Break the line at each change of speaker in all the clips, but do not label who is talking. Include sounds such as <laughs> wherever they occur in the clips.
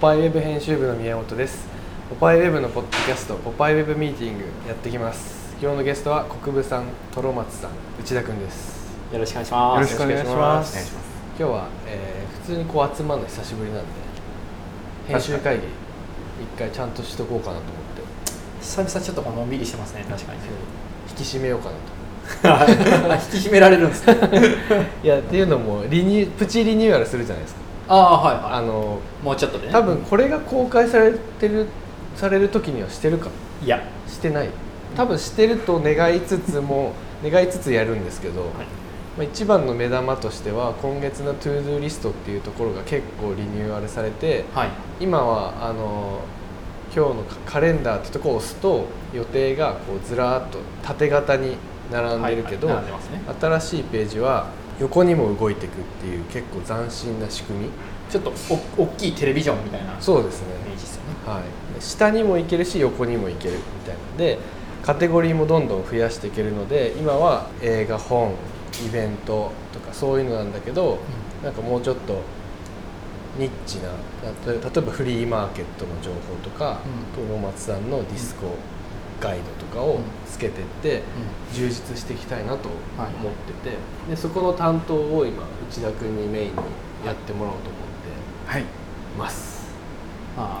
パイウェブ編集部の宮本ですポパイウェブのポッドキャストポパイウェブミーティングやってきます今日のゲストは国分さん、トロマツさん、内田くんです
よろしくお願いします。
よろしくお願いします
お願いします
今日は、えー普通にこう集まるの久しぶりなんで編集会議一回ちゃんとしとこうかなと思って
久々ちょっとこうのんびりしてますね、確かに。
引き締めようかなと
あ <laughs> 引き締められるんですね。
<laughs> いやっていうのもリニュープチリニューアルするじゃないですか
ああ、はいはい。
あの
もうちょっとでね。
多分これが公開されてるされる時にはしてるか
いや、
してない多分してると願いつつ
<laughs>
も願いつつやるんですけど、
はい
まあ、一番の目玉としては今月の「トゥードゥリスト」っていうところが結構リニューアルされて
はい。
今はあの今日のカレンダーってとこを押すと予定がこうずらーっと縦型に並んでるけど、
はいはい並んでますね
新しいページは横にも動いていくっていう結構斬新な仕組み
ちょっとお大きいテレビジョンみたいなイメ
そうですね、
ージですよね。
はい、で下にも行けるし横にも行けるみたいなのでカテゴリーもどんどん増やしていけるので今は映画本イベントとかそういうのなんだけど、なんかもうちょっとニッチな例え例えばフリーマーケットの情報とか、
う
トロマツさんのディスコガイドとかを
うん
つけてって、充実していきたいなと思
はい
ってて、でそこの担当を今内田君にメインにやってもらおうと思って
はい。
ます。
まあ、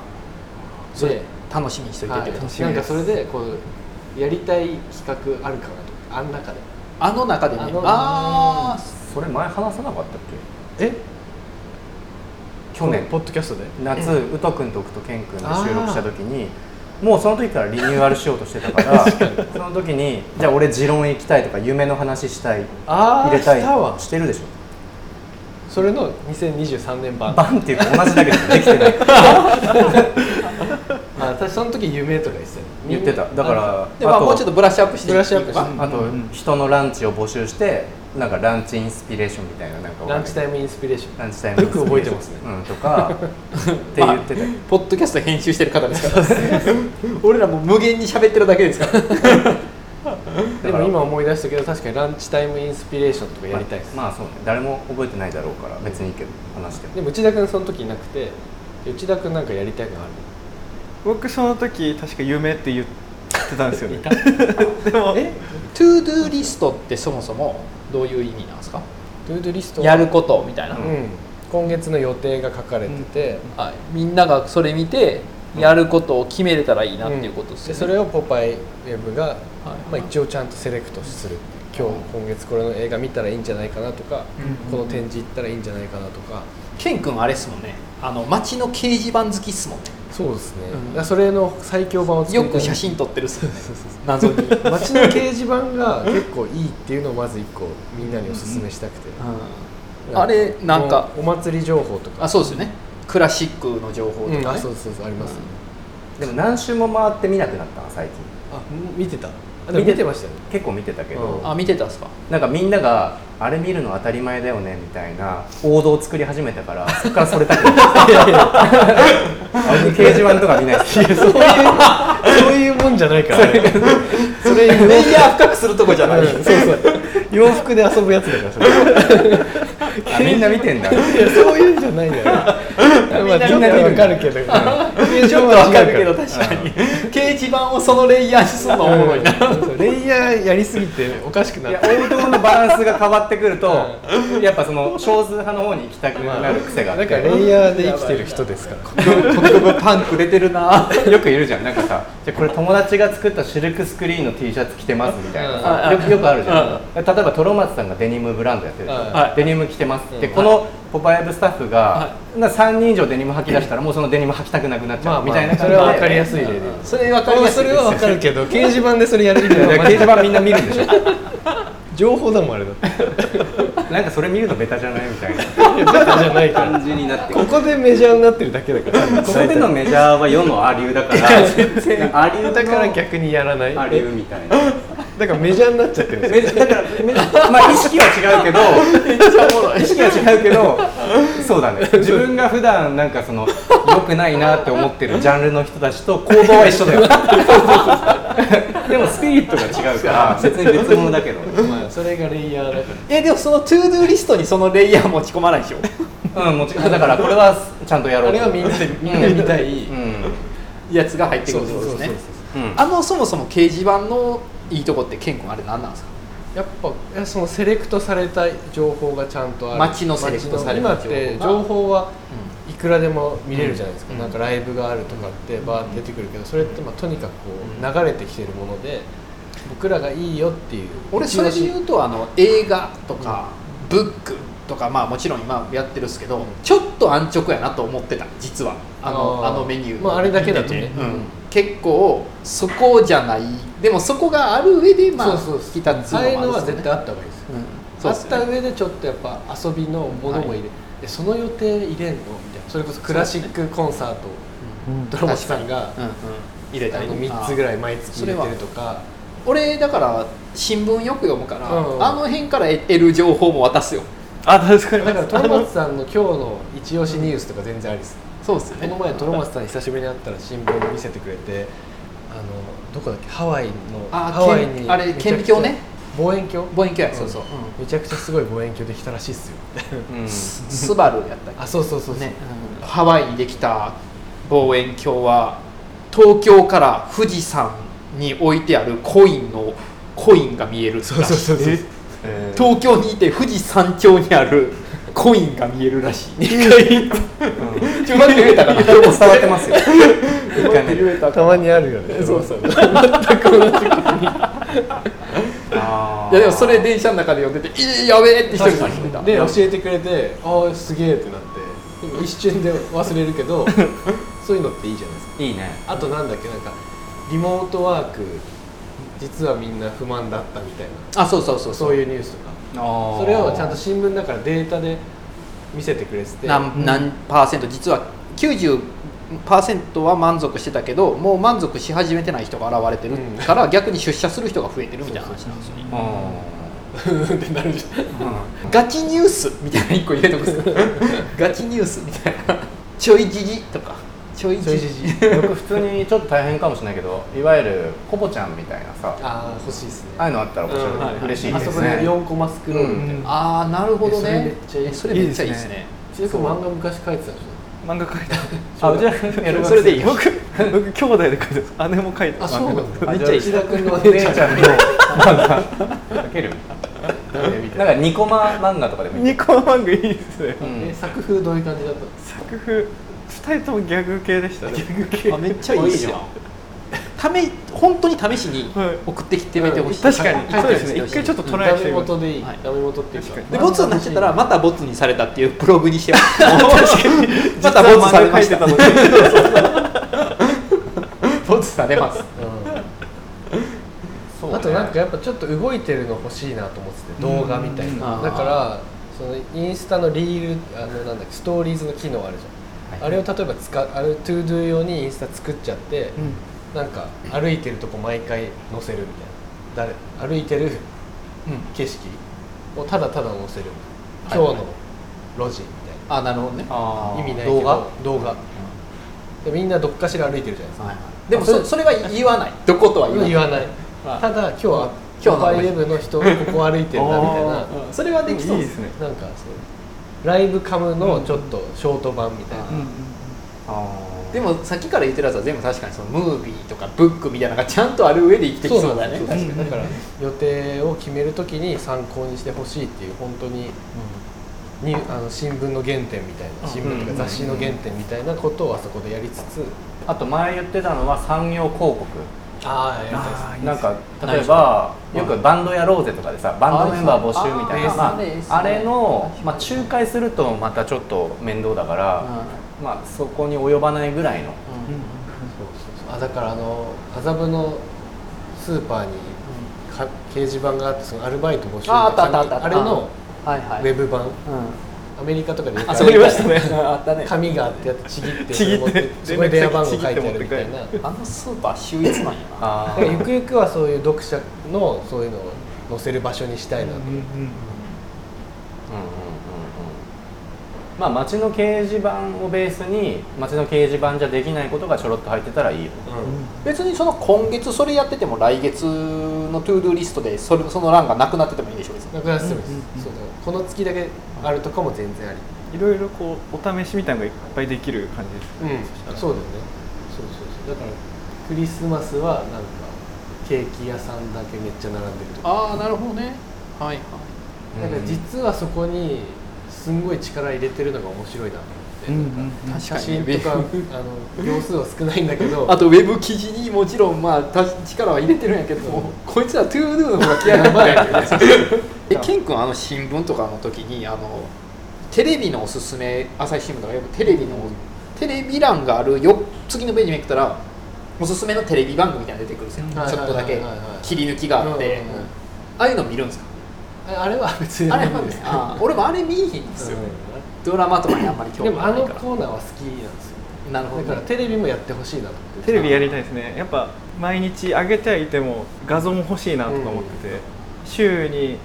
それ
で
楽しみにしといて
は
ってことです
い、
ね
なんかそれでこうやりたい企画あるかなとあん中で
あの中でね
あの、
あ
それ前話さなかったっ
え
け？去年
ポッドキャストで
夏宇都くんとくとけんくんで収録した時に。もうその時からリニューアルしようとしてたか
<laughs>
らその時にじゃあ俺持論行きたいとか夢の話したい
あー
入れたい
したわ
してるでし
それの2023年
ょ
版
バンっていうか同じだけどでき
<laughs>
てない
あ私その時夢とか言ってたよ
言ってただから
ーでまあもうちょっとブラッシュアップして
ブラッシュアップして
あと人のランチを募集してなんかランチインスピレーションみたいななんかわかん
ラ
な
ン
い
チタイムインスピレーション
ランチタイムインスピレ
よく
ーション
覚えてますね
うんとかって
<laughs>
言ってたよ
ポッドキャスト編集してる方ですから俺らもう無限に喋ってるだけですから
でも今思い出したけど確かにランチタイムインスピレーションとかやりたいです、
まあ、まあそうね誰も覚えてないだろうから別にいいけど話しても
でも内田君その時いなくて内田君なんかやりたいのある
僕その時確か夢って言ってたんですよ
<laughs>
ねでも
え
トゥードゥーリストってそもそもどういう意味なんですか
トゥードゥリストは
やることみたいな、
う
うん
ん今月の予定が書かれてて、
はい、みんながそれ見てやることを決めれたらいいなっていうことです
で
よね、
それをポパイウェブが、まあ、
はい
一応ちゃんとセレクトする今日今月これの映画見たらいいんじゃないかなとか、
うん
この展示行ったらいいんじゃないかなとか
ケン君あれっすもんねあの街の掲示板好きっすもんね
そうですね、
う
だ
ん
からそれの最強版を作り
よ
たい
く写真撮ってるっすよね謎に、うん、
街の掲示板が結構いいっていうのをまず一個みんなにおすすめしたくて、
あれなんか
お祭り情報とか
あそうですよねクラシックの情報とか、ね
うんあそうそうそうあります、
うん
でも何周も回って見なくなったの最近
あ見てたあでも見てましたよね
結構見てたけど、
うん
あ見てたっすか
なんかみんながあれ見るの当たり前だよねみたいな王道を作り始めたからそっからそれたくなったあれに掲示板とか見ないで
<laughs> そ
す
ういうそういうもんじゃないからあれそれ
レイヤー深くするとこじゃない、
うんそうそう洋服で遊ぶやつだからそれ
あみんな見てんだ
いやそういうんじゃないんだよまあ、みんなわかるけど、
ちょっとわかるけど
うん
確かに掲示板をそのレイヤーにするのおもろいな、
そうレイヤーやりすぎておかしく
い
な
や
って
王道のバランスが変わってくるとやっぱその少数派の方に行きたくなる癖があって
だからレイヤーで生きてる人ですから
国分パンくれて
<laughs>
るな
よくいるじゃんなんかさじゃあこれ友達が作ったシルクスクリーンの T シャツ着てますみたいなさよくよくあるじゃん例えばトロマツさんがデニムブランドやってるでしょ、
はい
デニム着てますって、
うん
この「ポパイブ」スタッフ
は
が、な3人以上デニム履き出したらもうそのデニム履きたくなくなっちゃうみたいな
そ
感
れ
じで、
はわかりやすい例で
それ分かりやすい
そ
で
れ
す
はわかるけど掲示板でそれやる意味
いや
は
掲示板みんな見るんでしょ
情報だもんあれだって
なんかそれ見るのベタじゃないみたいない
やベタじゃないから
感じになって
ここでメジャーになってるだけだから
ここでのメジャーは世のアリューだからアリュー
だから逆にやらない
アリューみたいな
だからメジャーになっちゃってるんですよ
めだからめまあ意識は違うけど意識は違うけどそうだね自分が普段なんかその良くないなって思ってるジャンルの人たちと行動は一緒
<laughs>
だよでもスピリットが違うから別に別物だけど
まあそれがレイヤーだから
えでもそのトゥードゥーリストにそのレイヤー持ち込まないでしょ
うんもちろんだからこれはちゃんとやろう
あれは
と
みんなでみんな見たい
うん
やつが入ってく
そ
る
うそ
ってこ
うそ
と
う
ですね
うん
あのそもそも掲示板のいいとこって健康あれ何なんですか
やっぱえそのセレクトされた情報がちゃんとある
街のセレクトされた
街の今って
情報が
情報はいくらでも見れるじゃないですか、なんかライブがあるとかってバーって出てくるけどそれってまあとにかくこう流れてきてるもので僕らがいいよっていう
俺それで
う
言うとあの映画とかブックとかまあもちろん今やってるっすけどちょっと安直やなと思ってた実はあのあ
あー
のメニュー
まああれだけだとね
うん結構そこじゃないでもそこがある上でまあ
そうそうそう
引き立つ
ああいう
の
の
も
は
あるっす
絶
よね
対あった方がいいですよ、
うん
あ
っ
っ
すよ
た
ね
上でちょっとやっぱ遊びのものも入れ、
は
えその予定入れんのみたいなそれこそクラシックコンサート
うん
ドラマさんが
うんうん入れ
あ
たり
の
ね
3つぐらい毎月入れてるとか
俺だから新聞よく読むから、
うん
あの辺から得る情報も渡すよ
あ確かに
だから
あ
トロ
の
マツさんの今日の一押しニュースとか全然ありです、
そうですよ
この前トロマツさん久しぶりに会ったら新聞見せてくれてあのどこだっけハワイの
あ
ハワイ
け
に
んあれ
めちゃくちゃ
顕微鏡ね
望遠鏡
望遠鏡
ん
やそうそう
めちゃくちゃすごい望遠鏡できたらしいっすよ
うん
スバルやったっ
あそうそうそうそう、
けね、ハワイにできた望遠鏡は東京から富士山に置いてあるコインのコインが見えるらしい
そうそうそうそう
え
えー
東京にいて富士山頂にあるコインが見えるらしい
うん
ちょうまく言えたかな
伝わってますよ一回目
たまにあるよね
そうそう
あ
い
ー
やでもそれ電車の中で読んでて「えー、やべえ!」って一人さん言ってた
で教えてくれてああすげえってなってでも一瞬で忘れるけ
<laughs>
どそういうのっていいじゃないですか
いいね
あとなんだっけなんかリモートワーク実はみんな不満だったみたいな
あそうそうそう
そういうニュースとか
そ
それをちゃんと新聞だからデータで見せてくれてて
何何パーセント実は90パーセントは満足してたけどもう満足し始めてない人が現れてる
うん
から、逆に出社する人が増えてるみたいな話なんですよね
ってなるじゃん
ガチニュースみたいな1個入れとくんですよガチニュースみたいなちょいじじとかちょい
ちょ
じ
い
じ
じじ
僕普通にちょっと大変かもしれないけどいわゆるコボちゃんみたいなさあ
ああ欲しいですね
あいうのあったら面白い、
うんはい
嬉しい
あ
で
そ
す
こで
ね
4コマスクロールみたいな
うん
ああなるほどねえそれめっちゃいい
いい
で
です
ね
すね
千代君漫画昔書いてたでし
漫画描いたあうちら
それでいいよ
僕兄弟で描いてます姉も描いて
ょ
ます
なんだ
め
め
っ
っ
ち
ち
ゃ
ゃ
いい
石田君のお
お
姉
姉
ちゃん <laughs>
ちゃんの漫画描けるなんかニコマ漫画とかでもいい
ニコマ漫画いいですね
うん
え作風どういう感じだったの
作風2人ともギャグ系でしたねギャグ系
あめっちゃいいですよため本当に試しに送ってきてみてほしい、
確かにそうですね一回ちょっとトライし
ダメ
てみます
元でいい
はい
ダメ元っていうか
確
で
か
ボツになっちゃったらまたボツにされたっていうブ <laughs> ログにしてもま
実
た
は
ボツされま
漫
し
画描いて
た
たので
<laughs> ボツされます
そう
あとなんかやっぱちょっと動いてるの欲しいなと思ってて動画みたい
うん
なだからそのインスタのリールあのなんだっけストーリーズの機能あるじゃん、
はい
あれを例えば使うあれ ToDo 用にインスタ作っちゃって、なんか歩いてるとこ毎回載せるみたいな誰歩いてる景色をただただ載せるみたいな、
はい
今日の路地み
あなるほどね
あ
たい
ー
な意味ないけど
動画
動画でみんなどっかしら歩いてるじゃないですか
でもそそれは言わないどことは言わない
言わないただ今日は今
今日
日
の
パイレブの人ここ歩いて
<laughs>
んだみたいな
あ
それはできそう
いい
で
ですすね
なんかそうライブカムのちょっとショート版みたいな、
う
うんん
あ
でもさっきから言ってるやつは全部確かにそのムービーとかブックみたいなのがちゃんとある上で生きてきそうだね
そうなんですよ確かにだから予定を決めるときに参考にしてほしいっていう本当ににあの新聞の原点みたいな新聞とか雑誌の原点みたいなことをあそこでやりつつ、
ーあと前言ってたのは産業広告
ああやり
あーいい
なん
ですね
か例えばよくバンドやろうぜとかでさバンドメンバー募集みたい
あ
な
そうあーそうです
まあ、あれの、まあ、仲介するとまたちょっと面倒だから、まあ、そこに及ばないぐらいの
うんうん
あだからあの麻布のスーパーにか掲示板があってそのアルバイト募集て
ああったあったあったあった
れの
はい
ウ
はい
ェブ版、
うん
アメリカとかでよく
あ
あ
そ
る
うありましたねあった
<laughs>
ね
紙があってやってちぎって
ちぎって
それ持そこに電話番号書いてあるみたいなだ
あのスーパー秀逸なんやな
あ <laughs>
からゆくゆくはそういう読者のそういうのを載せる場所にしたいなと、
うんうんうんうんまあ街の掲示板をベースに街の掲示板じゃできないことがちょろっと入ってたらいいよ、
別にその今月それやってても来月のトゥードゥリストでそれその欄がなくなっててもいいでしょ別に
なくなってもいいです、そうだこの月だけあるとかも全然あり
いろいろこうお試しみたいなのがいっぱいできる感じです
うん
ね、そしたら
そうだよねそうそうそうだからクリスマスはなんかケーキ屋さんだけめっちゃ並んでるとか
ああなるほどねはいはい
なんか実はそこにすんごい力入れてるのが面白いなと思って、
うんう
なんか
んうん
写真とかあの秒数は少ないんだけど
あとウェブ記事にもちろんまあた力は入れてるんやけども、こいつはトゥードゥの方が気合が入ってる <laughs> えケン君あの新聞とかの時にあのテレビのおすすめ朝日新聞とかよくテレビの、テレビ欄があるよ次のページめくったらおすすめのテレビ番組みたいなの出てくるんですよ、
うんはい
ちょっとだけ
はいはいはいはい
切り抜きがあって、
うんうんうん
ああいうの見るんですか
ああれは別に
あれ
な
はい
ん
ね
ですけど
あー俺もあれ見えへんですよ、
う
ドラマとかにあんまり
ん
興
で
味
も
な
あ
い
の
から
コーナーは好きなんですよ
なるほど
だか
ね、
らテレビもやってほしいなと思って
テレビやりたいですねやっぱ毎日上げてはいても画像も欲しいなとか思ってて、週に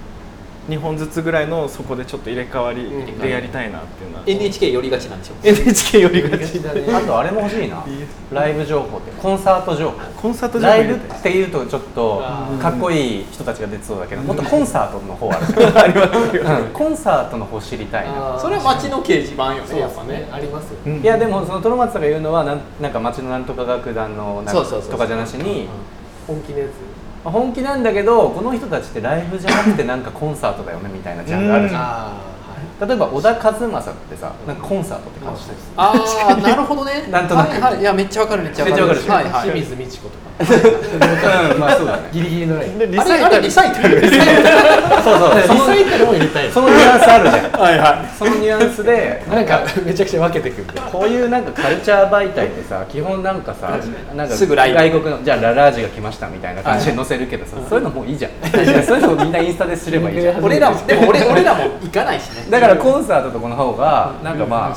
2本ずつぐらいのそこでちょっと入れ替わり
うん
でやりたいなっていうのは、
NHK 寄りがちなんでしょ
NHK より
や
が
りが
ち
ちだ
あ
ね
とあれも欲しいなライブ情報ってコンサート情報
コンサート
ライ
入
ブ
れ
った
い
ていうとちょっとかっこいい人たちが出てそうだけどもっとコンサートの方ある
ありま
<laughs>
すよ、
うんコンサートの方知りたいな
あー
それは街の掲示板よ
そ
ね
うで
やっぱ
す
ね
ねありますよね
うん
いやでもそのトロマツさんが言うのはなんなんか町のなんとか楽団のなん
そうそうそうそう
とかじゃなしに
本気のやつ
まあ本気なんだけどこの人たちってライブじゃなくてなんかコンサートだよねみたいなジャンルあるじゃん
ああはい
例えば小田和正ってさなんかコンサートって顔してる
ああなるほどね
なんとなく
はいはい、いやめっちゃわかるめっちゃわかる
めっちゃわかるでしょ
はいはい、
清水美智子とか
うんまあそうだね
ギリギリのライン
でリ
あれ
サイ
あれ
タル
リサイタル
そうそ
リ
うその <laughs>
サイタルも入れたい
そのニュアンスあるじゃん
はいは
そのニュアンスで
なんかめちゃくちゃ分けてくるみたいな
こういうなんかカルチャー媒体ってさ基本なんかさなんか
すぐライブ
外国のじゃあララージが来ましたみたいな感じで載せるけどさ、そういうのもういいじゃん <laughs> そういうのもみんなインスタで知ればいいじゃん
俺らもでも俺俺らも行かないしね
だからコンサートとかの方がなんかま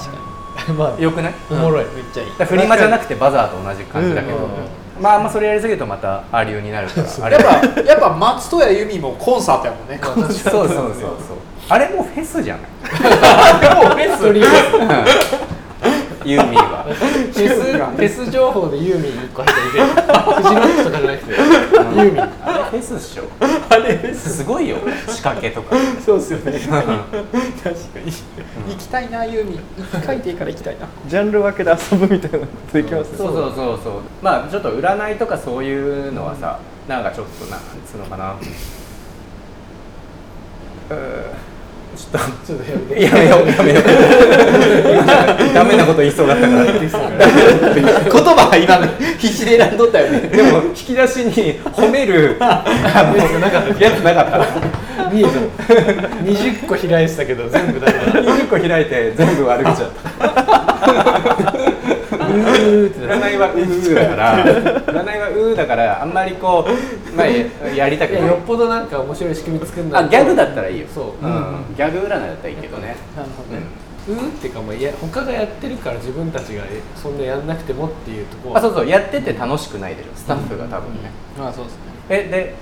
あ、
まあ
よくない
おもろい
めっちゃいい
だからフリマじゃなくてバザーと同じ感じだけど、
うん
まああんまそれやりすぎるとまたありゅうになるからあれ
やっ
は
ぱやっぱ松任谷由実もコンサートやもんね
まあ確かに
そうそうそうそうあれもフェスじゃない
ストリーム
ユーミーは
フェスフェス情報でユーミン1個入ってるフジロックとかじゃなくてユーミン
あれフェスっしょ
あれです
すごいよ仕掛けとか
そうですよ
<laughs>
ね確かに行きたいなユーミン一回でいいから行きたいな
ジャンル分けで遊ぶみたいなことできますね
そうそうそうそうまあちょっと占いとかそういうのはさ、なんかちょっとなんつうのかなうーちょっ
ちょっとやめ
と
て
やめようやめようダメなこと言いそうだったから
言葉は今ね必死で選んどったよね
でも引き出しに褒めるあのやつなかった
見えた20個開いてたけど全部ダメだ
20個開いて全部悪口だった占いはうーだから占いはうーだからあんまりこう、まあ、やりた
い
く
や
ない
よっぽどなんか面白い仕組み作んない
あギャグだったらいいよ
そう
う、ん、ギャグ占いだったらいいけどね
なるほどね
うーっていうかもういや他がやってるから自分たちがえそんなやんなくてもっていうとこ
あそう
う
そうやってて楽しくないでしょスタッフが多分ね、
まあそうですね
えで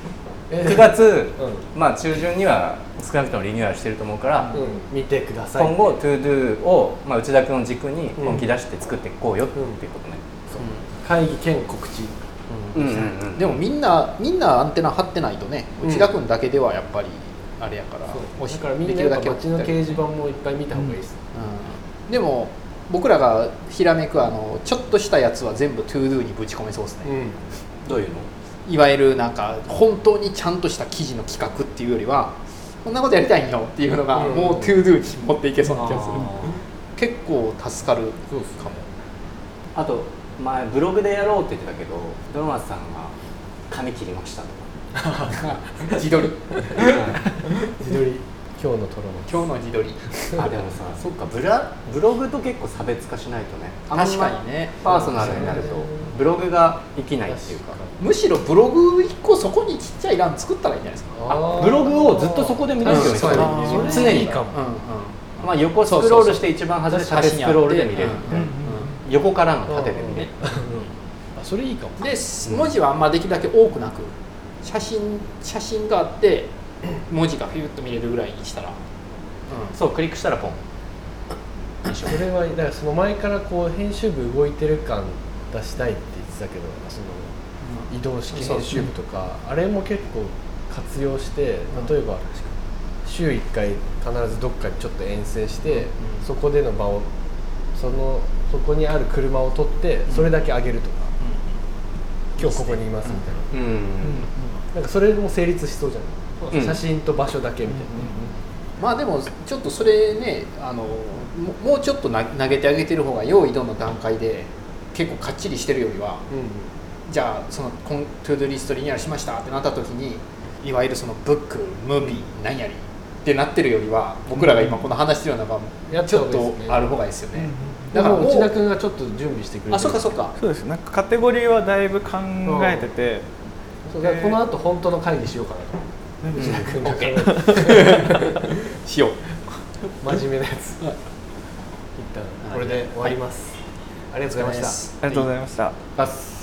え
9月、
う
まあ、中旬には少なくともリニューアルしてると思うから、
うん見てください
今後 ToDo を、まあ、内田君を軸に本気出して作っていこうよっていうことね、
会議兼告知
うんうんうん
でもみんなみんなアンテナ張ってないとね
うん
内田君だけではやっぱりあれやから、
そ
お
う
し
だからみんな
できる
や
だ
っ
け
ぱ街の
送
掲
って
示板もいっぱい見た方がいいです、
うんでも僕らがひらめくあのちょっとしたやつは全部 ToDo にぶち込めそうですね、
うん
どういうの
いわゆるなんか本当にちゃんとした記事の企画っていうよりはこんなことやりたいんよっていうのが
うん
もう ToDo に持っていけそうな気がする、
あ
結構助かる
そうっす
かも
あと前ブログでやろうって言ってたけどドロマスさんが髪切りましたとか
自撮り
自撮り今日のトロの
今日の自撮り
あでもさそっかブラブログと結構差別化しないとねあんま
確かにね
パーソナルになるとブログが生きないっていうか
むしろブログ1個そこにちっちゃい欄作ったらいいんじゃないですか
あブログをずっとそこで見れるようにしたらいい
うん
よね
それ
常
い
に
いかも
うんうん
まあ、横スクロールして一番端で縦スクロールで見れるみたいな横からの縦で見れる
あそれいいかも
で文字はあんまできるだけ多くなく写真写真があって文字がフィュッと見れるぐらいにしたら、
そうクリックしたらポン
それはだからその前からこう編集部動いてる感出したいって言ってたけどその移動式編集部とかあれも結構活用して例えば週1回必ずどっかにちょっと遠征して、そこでの場をそのそこにある車を取ってそれだけあげるとか、今日ここにいますみたいな、
うん、
なんかそれも成立しそうじゃない、
うん
写真と場所だけみたいな、
まあでもちょっとそれねあのももうちょっとな投げてあげてる方が用意どの段階で結構かっちりしてるよりはじゃあそのコントゥードゥリストリニアルしましたってなった時にいわゆるそのブックムービー何やりってなってるよりは僕らが今この話してるような場も
やっ
ち
た
ょ
方
っ
がいいで
と
すね
ある方がいいですよねだ
だか
か
らら
も
内田
う
君がちょっと準備してくれてる
あそうかそうか
そうですなんかカテゴリーはだいぶ考えてて、
そうだからこの後本当の会議しようかなと内田君が考えて
しよう
真面目なやつ一旦これで終わります、ありがとうございました
ありがとうございました、
バス